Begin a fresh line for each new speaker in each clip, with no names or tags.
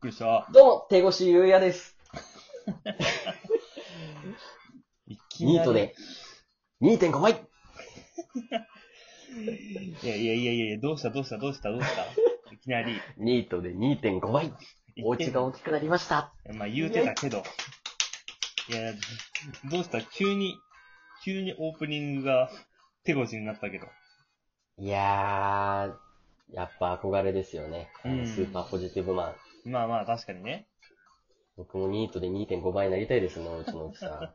くりした。
どうも、手越ゆうやです。
いきなり
ニート。で、2.5倍
いやいやいやいや、どうしたどうしたどうしたど うしたいきなり。
ニートで2.5倍お家が大きくなりました。
まあ言うてたけど。いや、どうした急に、急にオープニングが手越しになったけど。
いやー、やっぱ憧れですよね。あ
うん
のスーパーポジティブマン。
まあまあ確かにね。
僕もニートで2.5倍になりたいですね、おうちの大 きさ。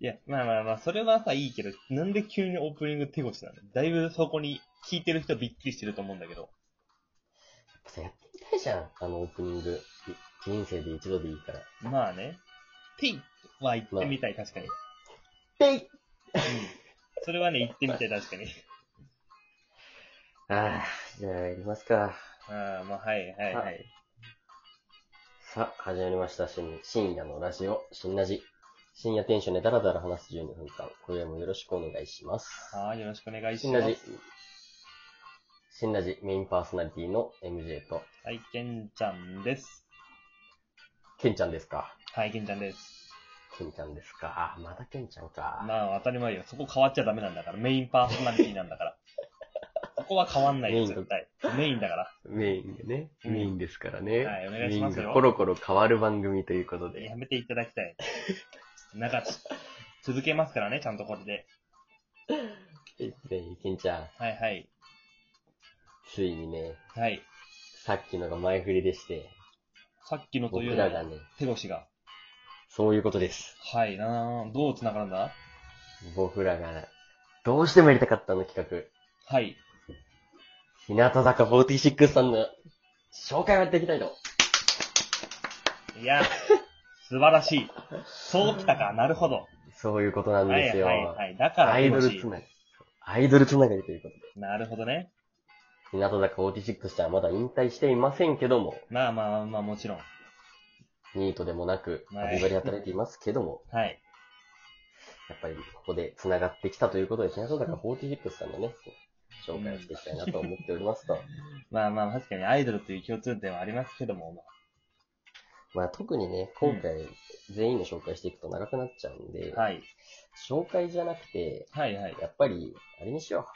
いや、まあまあまあ、それはさ、いいけど、なんで急にオープニング手越しなのだいぶそこに聞いてる人びっくりしてると思うんだけど。
やっぱさ、やってみたいじゃん、あのオープニング。人生で一度でいいから。
まあね。ていは言ってみたい、確かに。
ペイ
うん。それはね、言ってみたい、確かに。
あー、じゃあやりますか。
ああ、まあはい、はい、はい。
さあ、始まりました。深深夜のラジオ、新ラジ。深夜テンションでダラダラ話す12分間。今夜もよろしくお願いします。
はい、よろしくお願いし
新
ま
ラ
す
ジ。。新ラジメインパーソナリティの MJ と、
はい、けんちゃんです。
ケンちゃんですか
はい、けんちゃんです。
ケンちゃんですかあまだケンちゃんか。
まあ、当たり前よ。そこ変わっちゃダメなんだから。メインパーソナリティなんだから。そこは変わんないよ、
メイン
絶対。メインだから。
メインでね。
うん
メインですからね。
はいお願いします
メ
よ
インがコロコロ変わる番組ということで。
やめていただきたい。なんか、続けますからね、ちゃんとこれで。
で、ケンちゃん、
はい、はい。
ついにね、
はい。
さっきのが前振りでして、
さっきのとい
僕
う
ら
の
が
は、
ね、
手越しが。
そういうことです。
はい、なーどう繋がるんだ
僕らが、どうしてもやりたかったあの企画。
はい。
日向坂46さんの紹介をやっていきたいと。
いや、素晴らしい。そうきたか、なるほど。
そういうことなん
は
です
い、
よ。
はい、はい。だから
アイ
手
ド
越
ル
し
つ。ながり。アイドルつながりということで。
なるほどね。
日向坂46ちゃんはまだ引退していませんけども、
まあまあまあまあ、もちろん。
ニートでもなく、
はい
バリバリ働いていますけども、
はい。
やっぱりここで繋がってきたということで、日向坂46さんのね、紹介をしていきたいなと思っておりますと。
まあまあ、確かにアイドルという共通点はありますけども、
まあ特にね、今回全員の紹介していくと長くなっちゃうんで、
はい。
紹介じゃなくて、
はいはい。
やっぱり、あれにしよ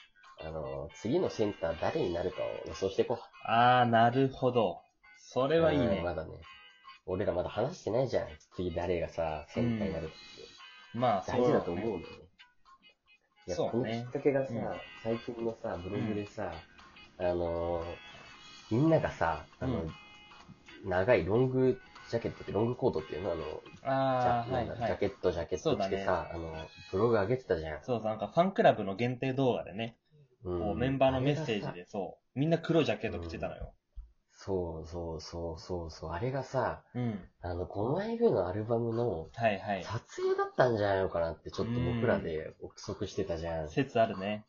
う。あの、次のセンター誰になるかを予想していこう。
あー、なるほど。それはいい
うん
ね。
まだね。俺らまだ話してないじゃん。次誰がさ、センターになるって。
まあ、
大事だと思
う。
うんだよね。いや、
そうね
このきっかけがさ、
うん
最近のさ、ブログでさ、あのー、みんながさ、あの、長いロングジャケットって、ロングコートっていうのあの、ジ
あ
ャ
ー、はい
なんだ
は
ジャ
い。
ケット、ジャケット着てさ、あの、ブログ上げてたじゃん。
そうそう、なんかファンクラブの限定動画でね、
うん
こうメンバーのメッセー
あ
ジ
れがさ
で、そう、みんな黒ジャケット着てたのよ。
そうそうそうそうそう、あれがさ、
うん。
あの、この AV のアルバムの
はいはい。
撮影だったんじゃないのかなって、ちょっと僕らで憶測してたじゃん。
説あるね。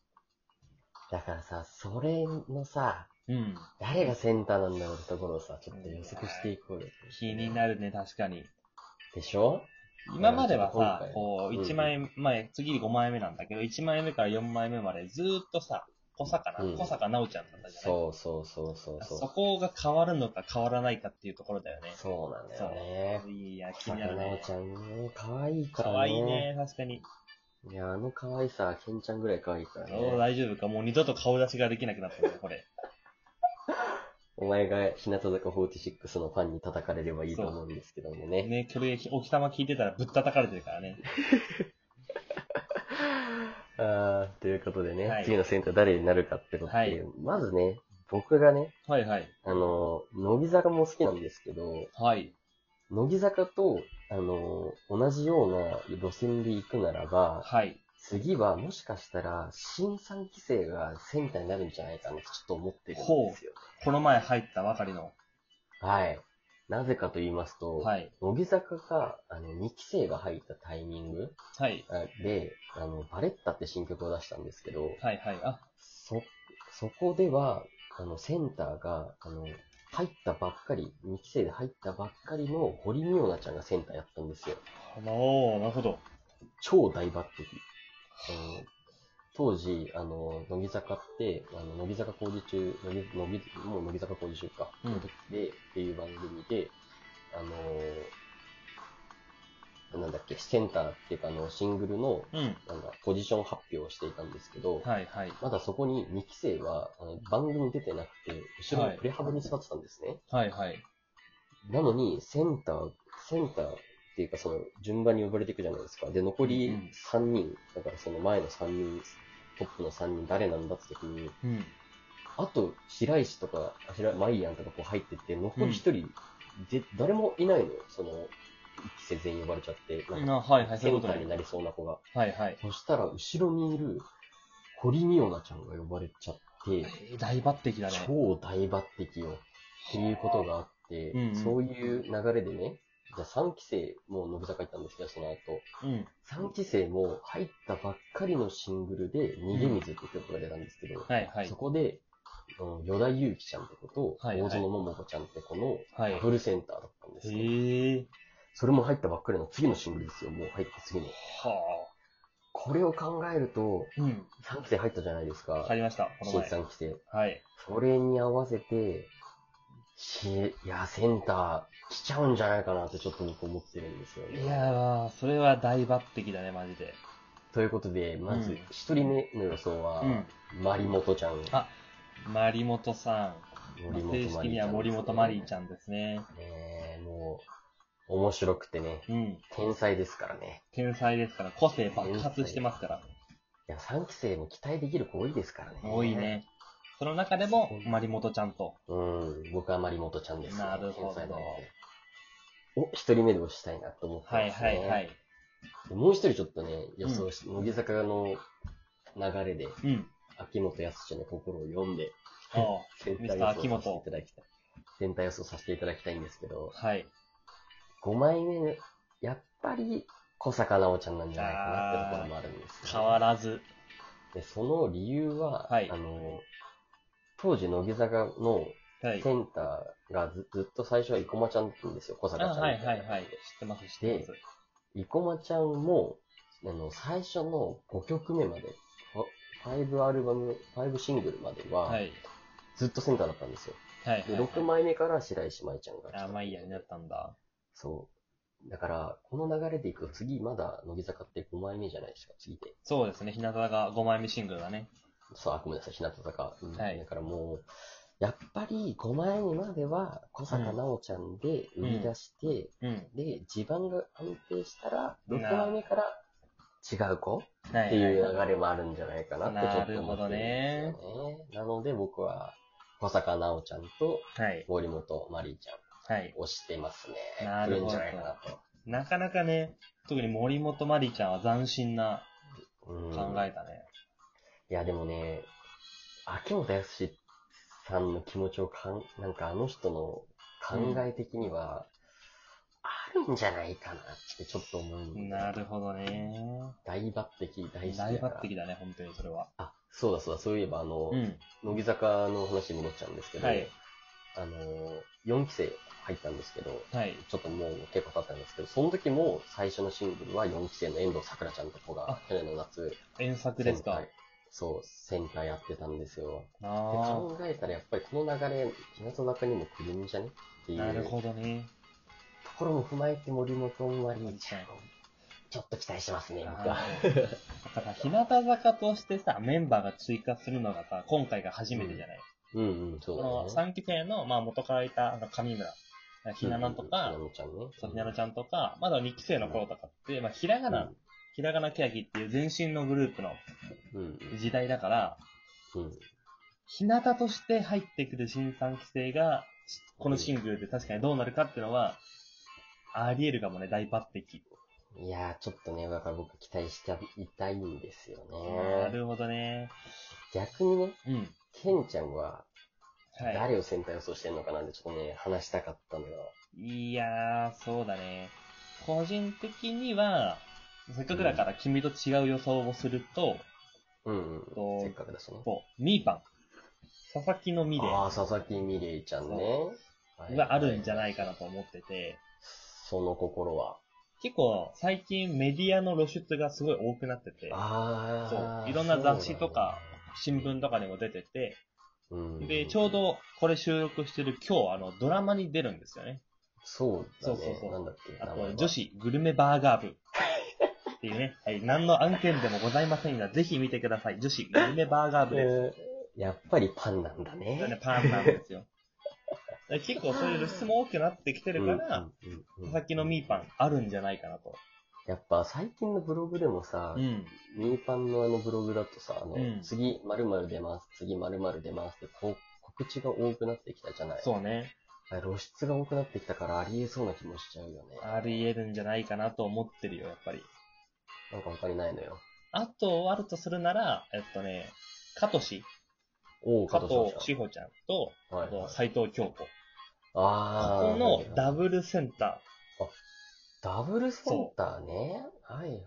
だからさ、それのさ、
うん。
誰がセンターなんだろうってところをさ、ちょっと予測していこうよ。
気になるね、確かに。
でしょ
今まではさ
今回、
こう、
うん
1枚前、次5枚目なんだけど、1枚目から4枚目までずーっとさ、小坂
うん
な、小坂直ちゃんだったじゃない
そうそうそうそう
そ
そう。
こが変わるのか変わらないかっていうところだよね。
そうなんだよね。
いや、気
さ
にな
か
る
なお
ね。
ちゃんね、可愛いか
から
ね。
わいい。ね、確かに。
いや、あの可愛さ、ケンちゃんぐらい可愛いから
お
ね。
大丈夫かもう二度と顔出しができなくなったね、これ。
お前が日向坂46のファンに叩かれればいいと思うんですけどもね。
ね、これ、おきたま聞いてたらぶったたかれてるからね。
あーということでね、
はい
次のセンター誰になるかってことで、
はい
まずね、僕がね、
はいはい。
あの、乃木坂も好きなんですけど、
はい。
乃木坂と、あの、同じような路線で行くならば、
はい。
次はもしかしたら、新3期生がセンターになるんじゃないかなとちょっと思ってるんですよ。
この前入ったばかりの。
はい。なぜかと言いますと、
はい。
乃木坂が、あの、2期生が入ったタイミング
はい。
あで、あの、バレッタって新曲を出したんですけど、
はいはい。あ、
そ、そこでは、あの、センターが、あの、入ったばっかり、2期生で入ったばっかりの堀美央奈ちゃんがセンターやったんですよ。
おー、なるほど。
超大抜擢。あの当時、あの、乃木坂って、あの、乃木坂工事中、乃木、乃木、もう乃木坂工事中か、
うん
の時で、っていう番組で、あの、なんだっけ、センターっていうか、あの、シングルの、
うん。
なんだ、ポジション発表をしていたんですけど、
はいはい。
まだそこに2期生は、あの番組に出てなくて、後ろのプレハブに座ってたんですね。
はいはい。
なのに、センター、センターっていうか、その、順番に呼ばれていくじゃないですか。で、残り
うんうん
3人、だからその前の3人、トップの3人、誰なんだって時に、
うん。
あと、白石とか、あ白マイアンとかこう入ってって、残り1人、で、誰もいないのよ。その、1期生全員呼ばれちゃって、なんか
なはいはい、そう
セ
いう
ン
こ
タ
と
ーにな
ね。
りそうな子が。
はいはい。
そしたら、後ろにいる、堀美央奈ちゃんが呼ばれちゃって、
えー大抜擢だね。
超大抜擢よ。っていうことがあって、
うんうん
そういう流れでね、じゃあ3期生、もう乃木坂行ったんですけど、その後。
うん。
3期生も入ったばっかりのシングルで、逃げ水って曲が出たんですけど、
はいはい
そ。こで、うん与田祐希ちゃんって子と、
はいはい
大園桃子ちゃんって子の、
はい
ダ。ブルセンターだったんですよ、
へえ。
それも入ったばっかりの次のシングルですよ、もう入った次の。
は
これを考えると、
あ。うん。
3期生入ったじゃないですか。
わかりました、この
新
前。
3期生。
はい。
それに合わせて、し、いや、センター来ちゃうんじゃないかなってちょっと僕思ってるんですよ
い
ね。
やー、それは大抜擢だね、マジで。
ということで、ま
う
ず
ん
一人目の予想は、
うん。
マリモトちゃん。
あ森本さん。
森本マリー
正
ちゃん
式には森本マリーち
ゃ
ゃんですね。
ん。ねえ、もう、面白くてね、
うん。
天才ですからね。
天才ですから、個性爆発してますから。
いや、3期生も期待できる子多いですからね。
多い。ね。その中でも
そう、
森本ちゃんと。
うん、僕はマリモトちゃんですよ、
なるほど
天才だね。お、一人目で押したいなと思って
は
ま
い
す、
は
ね。
いはい。
もう一人ちょっとね、予想し、乃木坂の流れで、
うん。
秋元康の心を読んで、
おう
全体
Mr.
予
秋
想させてい
元
ただきたい。全体予想させていただきたいんですけど、
はい。
5枚目、やっぱり小坂直ちゃんなんじゃないかなってところもあるんですけど
変わらず。
で、その理由は、
はい
あの、当時乃木坂の
はい。
センターがず,、ずっと最初は生駒ちゃんって言うんですよ、小
あ
坂ちゃんみ
は
た
い
いな
はいはい。知ってます、知ってます。
生駒ちゃんも、あの、最初の5曲目まで、5アルバム、5シングルまでは、
はい。
ずっとセンターだったんですよ。
はいはい
で、
はい。
6枚目から白石麻衣ちゃんが来た。
あ、まあいいやになったんだ。
そう。だから、この流れでいくと次、まだ乃木坂って5枚目じゃないですか、次で。
そうですね、日向が5枚目シングルだね。
そう、あ、ごめんなさい、日向坂。うん
はい
だからもう、やっぱり5枚目までは小坂奈緒ちゃんで売り出して、
うん。
で、地盤が安定したら、
な
6枚目から違う子
は
っていう流れもあるんじゃないかなってちょっと思ってるんですよ
なる
ね。なので僕は、小坂奈緒ちゃんと
はい。
森本マリーちゃん
はい。
を推してますね。
なるほど
来んじゃないかなと。
なかなかね、特に森本まりちゃんは斬新な
うん
考えたね。
いや、でもね、秋元康さんの気持ちをかん、なんかあの人の考え的には、あるんじゃないかなってちょっと思うんだよね
なるほどね。
大抜擢、大好
大
きだ
抜
から。
擢だね、本当にそれは。
あ、そうだそうだ、そういえばあの、
うん。
乃木坂の話に戻っちゃうんですけど、
はい。
あの、4期生入ったんですけど、
はい。
ちょっともう結構経ったんですけど、その時も最初のシングルは4期生の遠藤さくらちゃんって子が
あ
去年の夏、
遠作で
セ
す
ン
か
ター。そう、センターやってたんですよ。で
あ
考えたらやっぱりこの流れ、日向坂にも来るんじゃねって
あ。
いう
なるほ
と
どね。
ころも踏まえて森本マリーちゃん、ちょっと期待してますね、僕は。
だから、日向坂としてさ、メンバーが追加するのがさ、今回が初めてじゃない。
うんうん、そ
こ
う
の
だね。
3期生の、まあ、元からいた、あの、上村、ひななとか、
うんうんひなのちゃんね。
そう、ひなのちゃんとか、まだ2期生の頃とかって、まあ、ひらがな、ひらがなけやきっていう前身のグループの
うんうん
時代だから、
うん。
ひなたとして入ってくる新3期生が、しこのシングルで確かにどうなるかっていうのは、あり得るかもね、大抜擢。
いやー、ちょっとね、だから僕期待していたいんですよ
な
ね。
るほどね。
逆にね、
うん。
ケンちゃんは
は
誰をセンター予想してんのかなってちょっとね、話したかったのよ。
い。いやー、そうだね。個人的には、せっかくだから君と違う予想をすると、
うんう。
そうん
せっかくだしね。
と、ミーパン。佐々木のミで、
ああ、佐々木美玲ちゃんね。はい
があるんじゃないかなと思ってて、
その心は。
結構最近メディアの露出がすごい多くなってて、
ああ。
そういろんな雑誌とか新聞とかにも出てて、
そうだね。うん
で、ちょう。どこれ収録してる今日、あの、ドラマに出るんですよね。
そうだ
そう
ね。
そうそう
なんだっけ。
あ
名前は
と、女。子グルメバーガー部。ってい うね、はい、何の案件でもございませんが、ぜひ見てください。女子グルメバーガー部です。
えーやっぱりパンなんだ
だからね
ね。
パンなんですよ。だから結構そういう露出も多くなってきてるから、
うんうんうんうん
さっきのミーパンあるんじゃないかなと。
やっぱ最近のブログでもさ、
うん。
ミーパンのあのブログだとさ、あの、
うん
次〇〇出ます、次〇〇出ますって、こう、告知が多くなってきたじゃない
そうね。
う。露出が多くなってきたからありえそうな気もしちゃうよね。
あり得るんじゃないかなと思ってるよ、やっぱり。
なんか他にないのよ。
あと、あるとするなら、えっとね、加藤氏、
おう、
加
加
藤
藤
志保ちゃんと、
さん。は
あ
い、は
と
い。
斎藤京子。
あー
ここのダブルセンタ
ダブルセンターね。はいはいは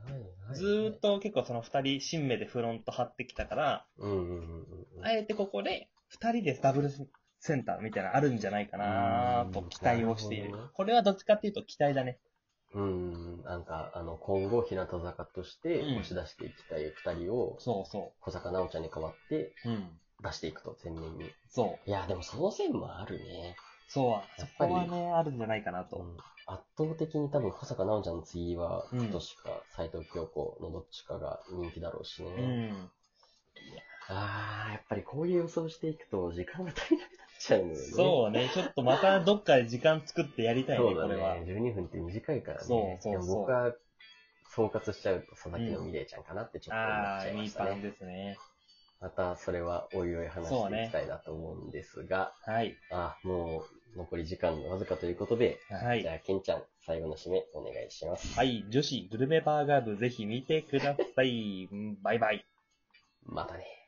ー。
い。
ずーっ。と結構その二人、新名でフロント張ってきたから、
うんうんうんうん。
あえてここで、二人でダブルセンターみたいなのあるんじゃないかなと期待をしている。
うんなるほどね
これはどっちかっていうと期待だね。
うんうん、なんか、あの、今後、日向坂として
うん
押し出していきたい二人を、
そうそ
小坂直ちゃんに代わって
う。うん。
出していくと、全面に。
そう。
いや、でもその線もあるね。
そう。
や
そ
っぱり
こはね、あるんじゃないかなと。
圧倒的に多分、小坂直ちゃんの次は、
うん
としか、斎藤京子のどっちかが人気だろうしね。
うん。
あー、やっぱりこういう予想していくと、時間が足りなくなっちゃうのよね。
そうね。ちょっとまたどっかで時間作ってやりたい
そ
ね、
う
こ
だ
れは
ね。。12分って短いからね。
そうそうそう
でも僕は、総括しちゃうと、佐々木のミレイちゃんかなってちょっと思っ
あ
ちゃ
あ、
いま
ミ
し
ー
た
パ
ね。
ンですね。
また、それはおいおい話していきたいなと思うんですが、
はい。
あ、もう、残り時間わずかということで、
は
じ
い。
ゃあ、ケンちゃん、最後の締め、お願いします。
はい。女子グルメバーガー部、ぜひ見てください。バイバイ。
またね。